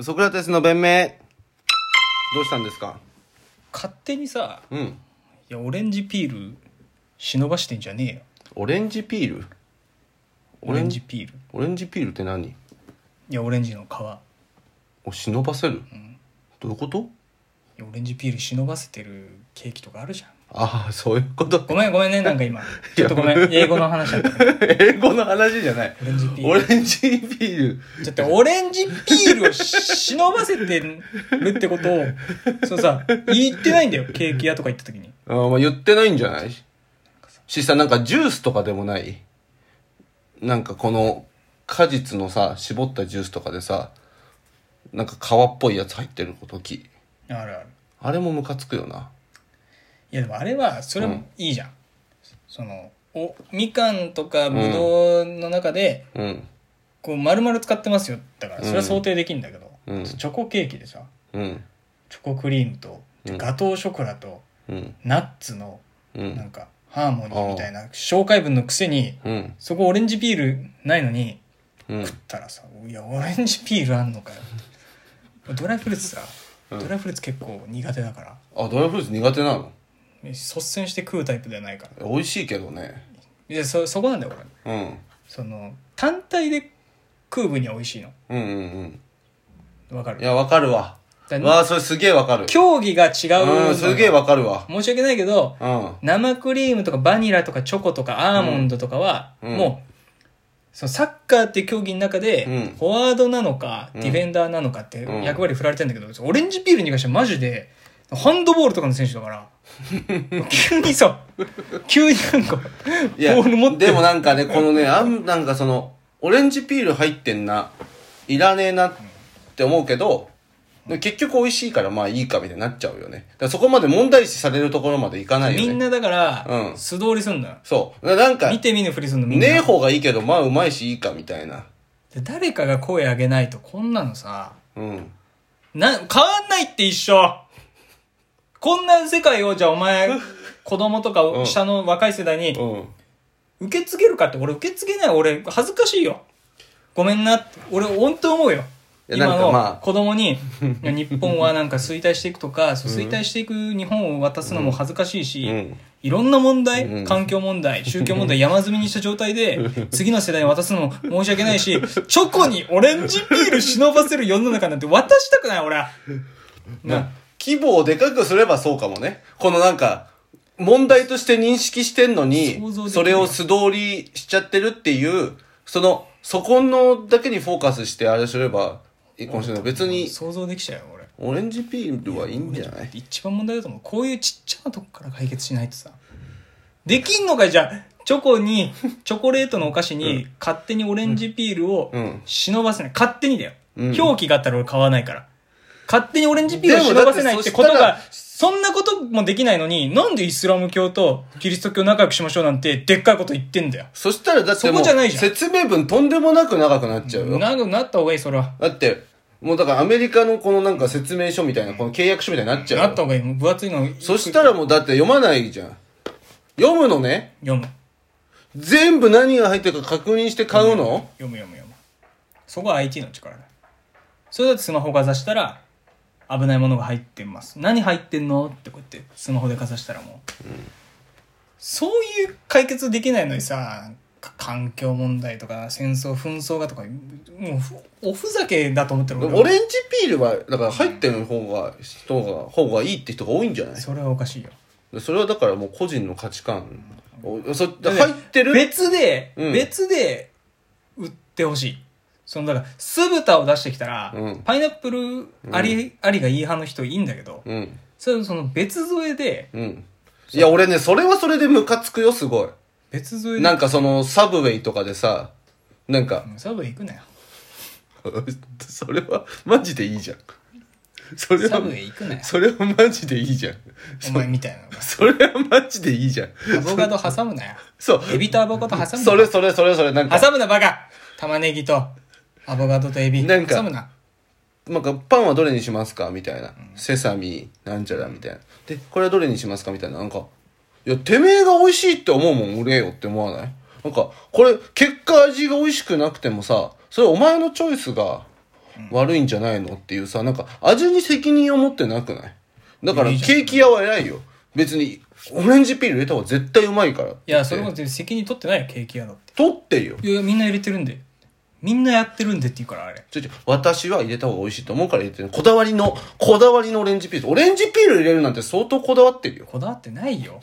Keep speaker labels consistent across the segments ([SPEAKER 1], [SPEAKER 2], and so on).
[SPEAKER 1] ソクラテスの弁明どうしたんですか
[SPEAKER 2] 勝手にさ
[SPEAKER 1] うん
[SPEAKER 2] いやオレンジピール忍ばしてんじゃねえよ
[SPEAKER 1] オレンジピール
[SPEAKER 2] オレンジピール
[SPEAKER 1] オレンジピールって何
[SPEAKER 2] いやオレンジの皮いや
[SPEAKER 1] お忍ばせる、どういうこと
[SPEAKER 2] オレンジピール忍ばせてるケーキとかあるじゃん
[SPEAKER 1] ああそういうこと
[SPEAKER 2] ごめんごめんねなん か今ちょっとごめん英語の話だっただ
[SPEAKER 1] 英語の話じゃない
[SPEAKER 2] オレンジピール
[SPEAKER 1] オレンジピール
[SPEAKER 2] ってオレンジピールを忍ばせてるってことをそのさ言ってないんだよケーキ屋とか行った時に
[SPEAKER 1] あーまあ言ってないんじゃないしさなんかジュースとかでもないなんかこの果実のさ絞ったジュースとかでさなんか皮っぽいやつ入ってる時
[SPEAKER 2] あるある
[SPEAKER 1] あれもムカつくよない
[SPEAKER 2] やでもあれはそれ
[SPEAKER 1] うん
[SPEAKER 2] もいいじゃん、そのおみかんとかぶどうの中で、
[SPEAKER 1] うん
[SPEAKER 2] こう丸々使ってますよだからそれは想定できるんだけど、
[SPEAKER 1] うん
[SPEAKER 2] チョコケーキでさ
[SPEAKER 1] うん
[SPEAKER 2] チョコクリームと
[SPEAKER 1] うん
[SPEAKER 2] ガトーショコラと
[SPEAKER 1] うん
[SPEAKER 2] ナッツの
[SPEAKER 1] う
[SPEAKER 2] なん
[SPEAKER 1] ん
[SPEAKER 2] かハーモニーみたいな紹介文のくせに
[SPEAKER 1] うん
[SPEAKER 2] そこオレンジピールないのに
[SPEAKER 1] うん
[SPEAKER 2] 食ったらさ「いやオレンジピールあんのかよ」ドライフルーツさ
[SPEAKER 1] うん
[SPEAKER 2] ドライフルーツ結構苦手だから
[SPEAKER 1] あドライフルーツ苦手なの
[SPEAKER 2] 率先して食うタイプではないから
[SPEAKER 1] 美味しいけどね
[SPEAKER 2] いやそそこなんだよ俺
[SPEAKER 1] うん
[SPEAKER 2] その単体で食う分には美味しいの
[SPEAKER 1] うんうん
[SPEAKER 2] わか
[SPEAKER 1] う
[SPEAKER 2] る
[SPEAKER 1] んいやわかるわ
[SPEAKER 2] だ
[SPEAKER 1] わあそれすげえわかる
[SPEAKER 2] 競技が違うのよ
[SPEAKER 1] うんすげえわかるわ
[SPEAKER 2] 申し訳ないけど
[SPEAKER 1] うん
[SPEAKER 2] 生クリームとかバニラとかチョコとかアーモンドとかは、
[SPEAKER 1] うんうん
[SPEAKER 2] もうそのサッカーっていう競技の中で、
[SPEAKER 1] うん
[SPEAKER 2] フォワードなのか、
[SPEAKER 1] うん
[SPEAKER 2] ディフェンダーなのかって
[SPEAKER 1] うん
[SPEAKER 2] 役割振られてんだけど、オレンジピールに関してはマジでハンドボールとかの選手だから 急にさ急になんか
[SPEAKER 1] いや
[SPEAKER 2] ボール持って
[SPEAKER 1] でもなんかね、このね、あん、なんかその、オレンジピール入ってんな、いらねえなって思うけど、でも結局美味しいからまあいいかみたいになっちゃうよね。だからそこまで問題視されるところまでいかないよね。
[SPEAKER 2] みんなだから、
[SPEAKER 1] うん
[SPEAKER 2] 素通りすんのよ
[SPEAKER 1] そう。ななんか、
[SPEAKER 2] 見
[SPEAKER 1] ね
[SPEAKER 2] て見ぬふりすんのみんな、
[SPEAKER 1] え方がいいけど、まあうまいしいいかみたいな。
[SPEAKER 2] で誰かが声上げないとこんなのさ
[SPEAKER 1] うん。
[SPEAKER 2] な、変わんないって一緒こんな世界を、じゃあお前、子供と
[SPEAKER 1] う
[SPEAKER 2] か
[SPEAKER 1] ん
[SPEAKER 2] 下の若い世代
[SPEAKER 1] う
[SPEAKER 2] に、
[SPEAKER 1] ん。
[SPEAKER 2] 受け継げるかって、俺受け継げない、俺恥ずかしいよ。ごめんなって、俺本当思うよ。
[SPEAKER 1] いや
[SPEAKER 2] 今
[SPEAKER 1] なんかまあ
[SPEAKER 2] の子供 に、いや日本はなんか衰退していくとか、そう衰退していく日本を渡すのも恥ずかしいし、
[SPEAKER 1] うん
[SPEAKER 2] いろんな問題、
[SPEAKER 1] うん
[SPEAKER 2] 環境 問題、宗教問題、山積みにした状態で、次の世代に渡すのも申し訳ないし、チョコにオレンジピール忍ばせる世の中なんて渡したくない、俺は。
[SPEAKER 1] ま
[SPEAKER 2] な
[SPEAKER 1] あ、規模をでかくすればそうかもね。このなんか、問題として認識してんの
[SPEAKER 2] 想
[SPEAKER 1] に
[SPEAKER 2] 像でき、る
[SPEAKER 1] それを素通りしちゃってるっていう、その、そこのだけにフォーカスしてあれすればいいかもしれない。別に、
[SPEAKER 2] 想像できちゃうよ俺
[SPEAKER 1] オレンジピールはいいんじゃない
[SPEAKER 2] 一番問題だと思うこういうちっちゃなとこから解決しないとさできんのかいじゃあチョコにチョコレートのお菓子に勝手にオレンジピールを
[SPEAKER 1] うん
[SPEAKER 2] 忍ばせない勝手にだよ、
[SPEAKER 1] うん
[SPEAKER 2] 表記があったら俺買わないから勝手にオレンジピールを忍ばせないってこと
[SPEAKER 1] でもだっ
[SPEAKER 2] が
[SPEAKER 1] て
[SPEAKER 2] そんなこともできないのになんでイスラム教とキリスト教仲良くしましょうなんてでっかいこと言ってんだよ
[SPEAKER 1] そしたらだっても
[SPEAKER 2] そこ
[SPEAKER 1] う
[SPEAKER 2] じゃないじゃん
[SPEAKER 1] 説明文とんでもなく長くなっちゃうよ。
[SPEAKER 2] 長くなった方がいいそれは
[SPEAKER 1] だって、もうだからアメリカのこのなんか説明書みたいな、この契約書みたいになっちゃうよ。
[SPEAKER 2] なった方がいいもう分厚いの
[SPEAKER 1] そしたらもうだって読まないじゃん。読むのね
[SPEAKER 2] 読む
[SPEAKER 1] 全部何が入ってるか確認して買うの、
[SPEAKER 2] 読む読む読むそこは IT の力だそれだってスマホかざしたら危ないものが入ってます何入ってんのってこうやってスマホでかざしたらもう、そういう解決できないのにさか環境問題とか戦争紛争がとかもうふおふざけだと思ってるは
[SPEAKER 1] オレンジピールは、だから入ってる方が、人が、方がいいって人が多いんじゃない
[SPEAKER 2] それはおかしいよ
[SPEAKER 1] それはだからもう個人の価値観。おそ
[SPEAKER 2] だって
[SPEAKER 1] 入ってる
[SPEAKER 2] 別で、
[SPEAKER 1] うん
[SPEAKER 2] 別で売ってほしいそのだから酢豚を出してきたら、
[SPEAKER 1] うん
[SPEAKER 2] パイナップルあり,、ありがいい派の人いいんだけど、
[SPEAKER 1] うん。
[SPEAKER 2] それはその別添えで、
[SPEAKER 1] うん。いや、俺ね、それはそれでムカつくよ、すご
[SPEAKER 2] 別添え
[SPEAKER 1] い。
[SPEAKER 2] で。
[SPEAKER 1] なんかその、サブウェイとかでさ、なんか、
[SPEAKER 2] うんサブウェイ行くなよ。
[SPEAKER 1] それは、マジでいいじゃん。それ
[SPEAKER 2] サ
[SPEAKER 1] は
[SPEAKER 2] ブウ、ェイ行くなよ。
[SPEAKER 1] それはマジでいいじゃん。
[SPEAKER 2] お前みたいなのが。
[SPEAKER 1] それはマジでいいじゃん。
[SPEAKER 2] アボカド挟むなよ。
[SPEAKER 1] そう。
[SPEAKER 2] エビとアボカド挟むな。
[SPEAKER 1] それそれそれそれ、なんか、
[SPEAKER 2] 挟むな、バカ玉ねぎと、アボカドとエビ。
[SPEAKER 1] なんか
[SPEAKER 2] 挟むな。
[SPEAKER 1] なんかパンはどれにしますかみたいな、セサミなんちゃらみたいなでこれはどれにしますかみたいななんかいやてめえが美味しいって思うもん売れよって思わないなんかこれ結果味が美味しくなくてもさそれお前のチョイスが悪いんじゃないのっていうさ、なんか味に責任を持ってなくないだから
[SPEAKER 2] い
[SPEAKER 1] ケ
[SPEAKER 2] いじゃん
[SPEAKER 1] ーキ屋は偉いよ。別に、オレンジピール入れた方が絶対うまいからって
[SPEAKER 2] い
[SPEAKER 1] 言
[SPEAKER 2] や
[SPEAKER 1] って。
[SPEAKER 2] それこそ責任取ってないよケーキ屋だって
[SPEAKER 1] 取ってよ。
[SPEAKER 2] いやみんな入れてるんでみんなやってるんでって言うからあれ
[SPEAKER 1] ちょちょ、私は入れた方が美味しいと思うから入れてる。こだわりの、こだわりのオレンジピール。オレンジピール入れるなんて相当こだわってるよ。
[SPEAKER 2] こだわってないよ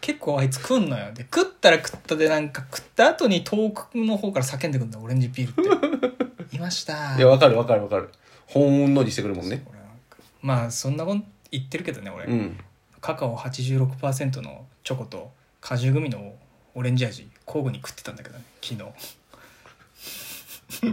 [SPEAKER 2] 結構あいつ食んのよで食ったら食ったでなんか食った後に遠くの方から叫んでくんだオレンジピールっ ていました
[SPEAKER 1] いや、わかるわかるわかる。ほんのりしてくるもんね。
[SPEAKER 2] 俺なんかまあそんなこと言ってるけどね俺、
[SPEAKER 1] うん。
[SPEAKER 2] カカオ86%のチョコと果汁グミのオレンジ味交互に食ってたんだけどね昨 日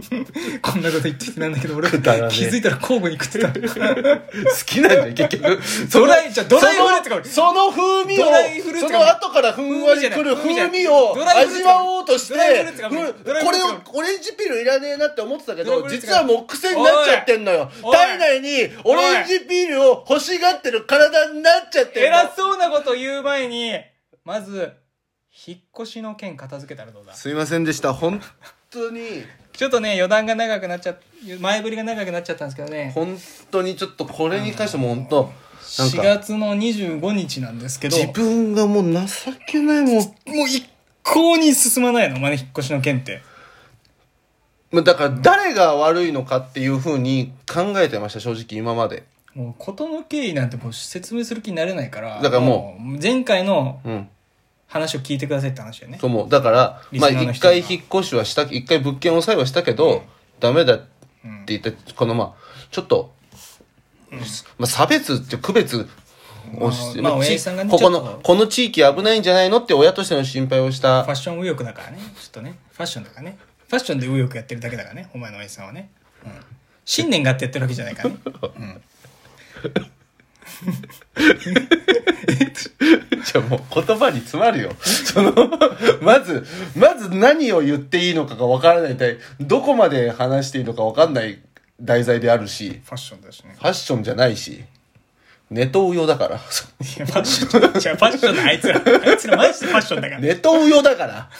[SPEAKER 2] こんなこと言ってきてなんだけど俺気
[SPEAKER 1] くだらねえ
[SPEAKER 2] づいたら交互に食ってた
[SPEAKER 1] 好きなんだよ、結 局。
[SPEAKER 2] ドライじゃドライフルーツか
[SPEAKER 1] そのその風味を
[SPEAKER 2] ドライフルーツ
[SPEAKER 1] そ
[SPEAKER 2] か
[SPEAKER 1] の後からふんわりくる
[SPEAKER 2] 風味
[SPEAKER 1] 風
[SPEAKER 2] じゃない
[SPEAKER 1] 味を
[SPEAKER 2] ドライフ
[SPEAKER 1] 味
[SPEAKER 2] ルーツか
[SPEAKER 1] わおうとして
[SPEAKER 2] ドライフルーツか
[SPEAKER 1] ふん
[SPEAKER 2] ドライフ
[SPEAKER 1] これ
[SPEAKER 2] ルーツ
[SPEAKER 1] を
[SPEAKER 2] か
[SPEAKER 1] オレンジピールいらねえなって思ってたけ
[SPEAKER 2] ドライ
[SPEAKER 1] ど
[SPEAKER 2] フルーツ
[SPEAKER 1] 実
[SPEAKER 2] か
[SPEAKER 1] はもう癖になっちゃってんのよ
[SPEAKER 2] おいおい
[SPEAKER 1] 体内にオレンジピールを欲しがってる体になっちゃってる
[SPEAKER 2] 偉そうなこと言う前にまず引っ越しの件片付けたらどうだ
[SPEAKER 1] すいませんでした本当に
[SPEAKER 2] ちょっとね余談が長くなっちゃっ前振りが長くなっちゃったんですけどね
[SPEAKER 1] 本当にちょっとこれに関しても本当なん
[SPEAKER 2] 4
[SPEAKER 1] か
[SPEAKER 2] 月の25日なんですけど
[SPEAKER 1] 自分がもう情けないもん
[SPEAKER 2] もう一向に進まないのまね引っ越しの件って
[SPEAKER 1] まあだから誰が悪いのかっていうふうに考えてました正直今まで
[SPEAKER 2] もう事の経緯なんてもう説明する気になれないから
[SPEAKER 1] だからも
[SPEAKER 2] う前回の
[SPEAKER 1] うん
[SPEAKER 2] 話を聞いてくださいって話だよね
[SPEAKER 1] そうもうだから、
[SPEAKER 2] リス
[SPEAKER 1] ま
[SPEAKER 2] ナ
[SPEAKER 1] あ、
[SPEAKER 2] ーの人が
[SPEAKER 1] 一回引っ越しはした、一回物件を抑えはしたけど、ダメだって言って、このまあ、ちょっと、まあ、差別って区別をして、
[SPEAKER 2] まあまあ
[SPEAKER 1] ち
[SPEAKER 2] 親父さんがね
[SPEAKER 1] ここ
[SPEAKER 2] ちょっ
[SPEAKER 1] の
[SPEAKER 2] と、
[SPEAKER 1] この地域危ないんじゃないのって親としての心配をし
[SPEAKER 2] ファッ
[SPEAKER 1] た。
[SPEAKER 2] ション右翼だからねちょっとねファッションだからねファッションで右翼やってるだけだからねお前の親父さんはね、うん、信念があってやってるわけじゃないからね、うん、
[SPEAKER 1] じゃあもう言葉に詰まるよ。 その、まず、まず何を言っていいのかがわからない。でどこまで話していいのかわかんない題材であるし、
[SPEAKER 2] ファッションだしね
[SPEAKER 1] ファッションじゃないし、ネトウヨだから。
[SPEAKER 2] いやファッションじゃあファッションだあいつらあいつらマジでファッションだから、
[SPEAKER 1] ネトウヨだから。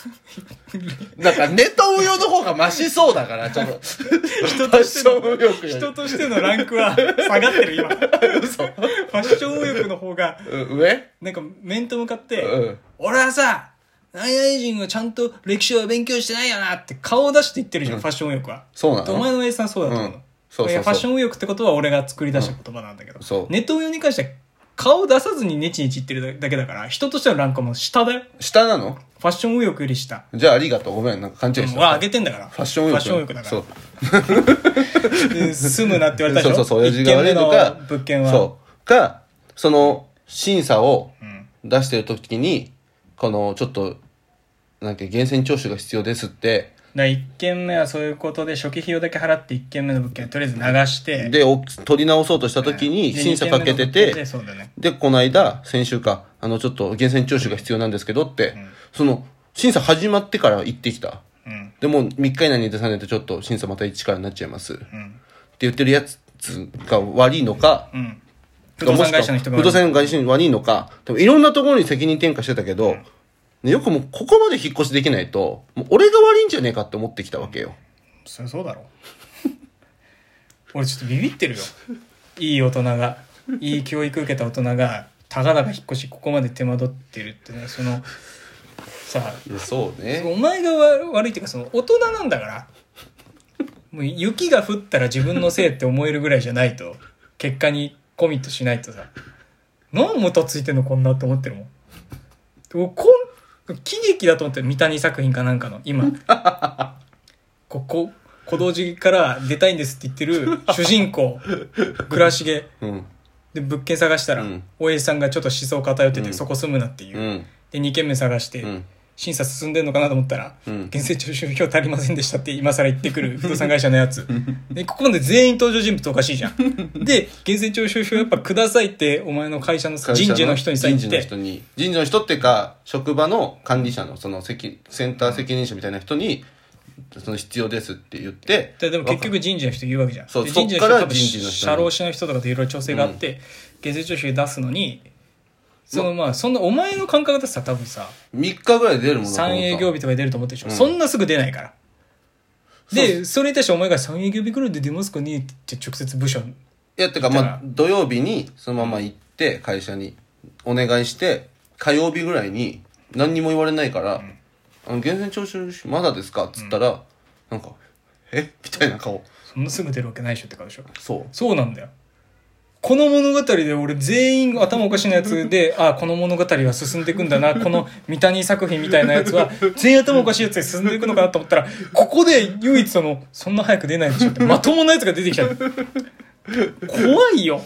[SPEAKER 1] なんかネトウヨの方がマシそうだから、ちょっと。
[SPEAKER 2] 人としての
[SPEAKER 1] ファッション右翼より
[SPEAKER 2] 人としてのランクは下がってる今ファッション右翼の方が
[SPEAKER 1] う上
[SPEAKER 2] なんか面と向かって、
[SPEAKER 1] うん
[SPEAKER 2] 俺はさ何々人がちゃんと歴史を勉強してないよなって顔を出して言ってるじゃん、ファッション右翼は
[SPEAKER 1] そうなの
[SPEAKER 2] でお前の A さんそうだと思うの、
[SPEAKER 1] うんそうそうそう
[SPEAKER 2] いやファッション右翼ってことは俺が作り出した言葉なんだけど、
[SPEAKER 1] んそう
[SPEAKER 2] ネット右翼に関しては顔を出さずにネチネチ言ってるだけだから人としてのランクはもう下だよ
[SPEAKER 1] 下なの
[SPEAKER 2] ファッション右翼より下
[SPEAKER 1] じゃあありがとう。ごめん、なんか勘違いし
[SPEAKER 2] 俺は
[SPEAKER 1] た。
[SPEAKER 2] 上げてんだから
[SPEAKER 1] ファッションよく。
[SPEAKER 2] ファッション右翼だから
[SPEAKER 1] そう。
[SPEAKER 2] で住むなって言われ
[SPEAKER 1] そ
[SPEAKER 2] たで
[SPEAKER 1] うそ
[SPEAKER 2] しょ
[SPEAKER 1] う そう、親父が悪いのか
[SPEAKER 2] 一軒目の、物件は
[SPEAKER 1] そう。か、その、審査を
[SPEAKER 2] ん
[SPEAKER 1] 出してる時に、この、ちょっと、なんか厳選聴取が必要ですって、
[SPEAKER 2] だから一軒目はそういうことで初期費用だけ払って一軒目の物件をとりあえず流して
[SPEAKER 1] で、お取り直そうとした時に
[SPEAKER 2] で
[SPEAKER 1] 審査かけて
[SPEAKER 2] 二軒目の物件
[SPEAKER 1] て
[SPEAKER 2] で、そうだね
[SPEAKER 1] で、この間、先週か、あの、ちょっと、源泉徴収が必要なんですけどって、その、審査始まってから行ってきた。
[SPEAKER 2] うん
[SPEAKER 1] でも、3日以内に出さないと、ちょっと、審査また1からになっちゃいます。って
[SPEAKER 2] うん
[SPEAKER 1] 言ってるやつが悪いのか、
[SPEAKER 2] うん不動産会社の人が
[SPEAKER 1] 不動産会社に悪いのか、でもいろんなところに責任転嫁してたけど、ねよくもう、ここまで引っ越しできないと、もう俺が悪いんじゃねえかって思ってきたわけよ。
[SPEAKER 2] そりゃそうだろ 俺ちょっとビビってるよいい大人がいい教育受けた大人がたかだか引っ越しここまで手間取ってるってねそのさあ
[SPEAKER 1] そうね。
[SPEAKER 2] お前がわ悪いっていうかその大人なんだからもう雪が降ったら自分のせいって思えるぐらいじゃないと結果にコミットしないとさ何もたついてんのこんなって思ってるもんでもこん喜劇だと思ってる三谷作品かなんかの今ここ小道寺から出たいんですって言ってる主人公倉重
[SPEAKER 1] うん。
[SPEAKER 2] で物件探したら、
[SPEAKER 1] うん
[SPEAKER 2] 大江さんがちょっと思想偏ってて、
[SPEAKER 1] うん
[SPEAKER 2] そこ住むなっていう、
[SPEAKER 1] うん。
[SPEAKER 2] で2軒目探して、
[SPEAKER 1] うん。
[SPEAKER 2] 審査進んでんのかなと思ったら、
[SPEAKER 1] うん
[SPEAKER 2] 厳選徴収票足りませんでしたって今更言って くる不動産会社のやつ。で、ここまで全員登場人物おかしいじゃん。で、厳選徴収票やっぱくださいって、お前の会社の人事の人にさ、言
[SPEAKER 1] 人
[SPEAKER 2] っ
[SPEAKER 1] 事の
[SPEAKER 2] て、
[SPEAKER 1] 人に人事の人っていうか職場の管理者のその責センター責任者みたいな人にその必要ですって言って
[SPEAKER 2] ででも結局人事の人言うわけじゃん。
[SPEAKER 1] そう
[SPEAKER 2] で
[SPEAKER 1] そっ
[SPEAKER 2] 人事
[SPEAKER 1] から
[SPEAKER 2] の人多分
[SPEAKER 1] 人事の人に
[SPEAKER 2] 社労士の人とかといろいろ調整があって、厳選徴収票出すのに、そのまあ、そんな、お前の感覚だとさ、多分さ、
[SPEAKER 1] 3日ぐらいで出るものだと
[SPEAKER 2] 3
[SPEAKER 1] 思った
[SPEAKER 2] 営業日とかで出ると思ってるでしょ。
[SPEAKER 1] うん
[SPEAKER 2] そんなすぐ出ないから。でそれに対してお前が「三営業日くらいで出ますかね?」って直接部署
[SPEAKER 1] いや、てか、
[SPEAKER 2] 行ったら
[SPEAKER 1] まあ、土曜日にそのまま行って、会社にお願いして、火曜日ぐらいに何にも言われないから、あの、厳選徴収し、まだですかっつったら、なんか、えみたいな顔。
[SPEAKER 2] そんなすぐ出るわけないでしょって顔でしょ
[SPEAKER 1] そう。
[SPEAKER 2] そうなんだよこの物語で俺全員頭おかしなやつであこの物語は進んでいくんだなこの三谷作品みたいなやつは全員頭おかしいやつで進んでいくのかなと思ったらここで唯一そのそんな早く出ないでしょってまともなやつが出てきちゃう怖いよ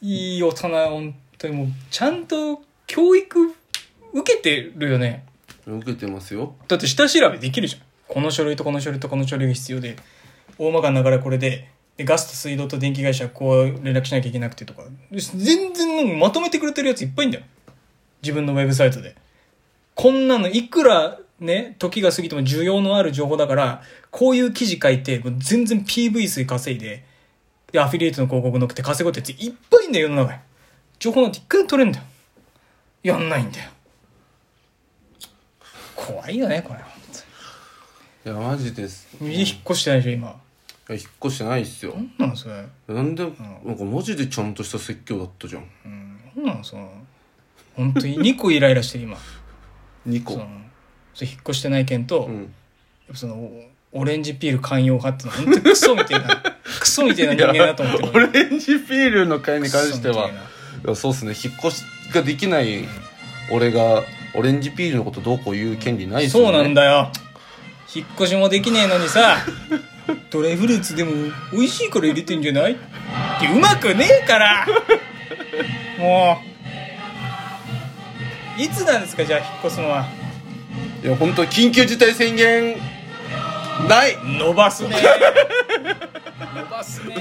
[SPEAKER 2] いい大人本当にもうちゃんと教育受けてるよね
[SPEAKER 1] 受けてますよ。
[SPEAKER 2] だって下調べできるじゃんこの書類とこの書類とこの書類が必要で大まかな流れこれででガスと水道と電気会社はこう連絡しなきゃいけなくてとか全然まとめてくれてるやついっぱいいんだよ自分のウェブサイトでこんなのいくらね時が過ぎても需要のある情報だからこういう記事書いてもう全然 PV 数稼いででアフィリエイトの広告乗っけて稼ごうってやついっぱいいんだよ世の中に情報なんて一回も取れんだよやんないんだよ怖いよねこれ本当に
[SPEAKER 1] いや、マジです。
[SPEAKER 2] 家引っ越してないでしょ今
[SPEAKER 1] いや引っ越してないっすよ
[SPEAKER 2] なんなんそれ
[SPEAKER 1] なんで、なんかマジでちゃんとした説教だったじゃん
[SPEAKER 2] なんなんその本当に2個イライラしてる今
[SPEAKER 1] 2
[SPEAKER 2] そ
[SPEAKER 1] 個
[SPEAKER 2] のそれ引っ越してない件と、
[SPEAKER 1] う
[SPEAKER 2] やっ
[SPEAKER 1] ん
[SPEAKER 2] ぱそのオオレンジピール寛容派ってのは本当にクソみたい なクソみたいな人間だと思って
[SPEAKER 1] オ
[SPEAKER 2] る
[SPEAKER 1] レンジピールの回に
[SPEAKER 2] に
[SPEAKER 1] 関してはいやそうっすね引っ越しができない俺がオレンジピールのことどうこう言う権利ないっすよ
[SPEAKER 2] そ
[SPEAKER 1] ね
[SPEAKER 2] うなんだよ引っ越しもできねえのにさドライフルーツでも美味しいから入れてんじゃないってうまくねえからもういつなんですかじゃあ引っ越すのはい
[SPEAKER 1] や本当緊急事態宣言ない
[SPEAKER 2] 伸ばすね伸ばすね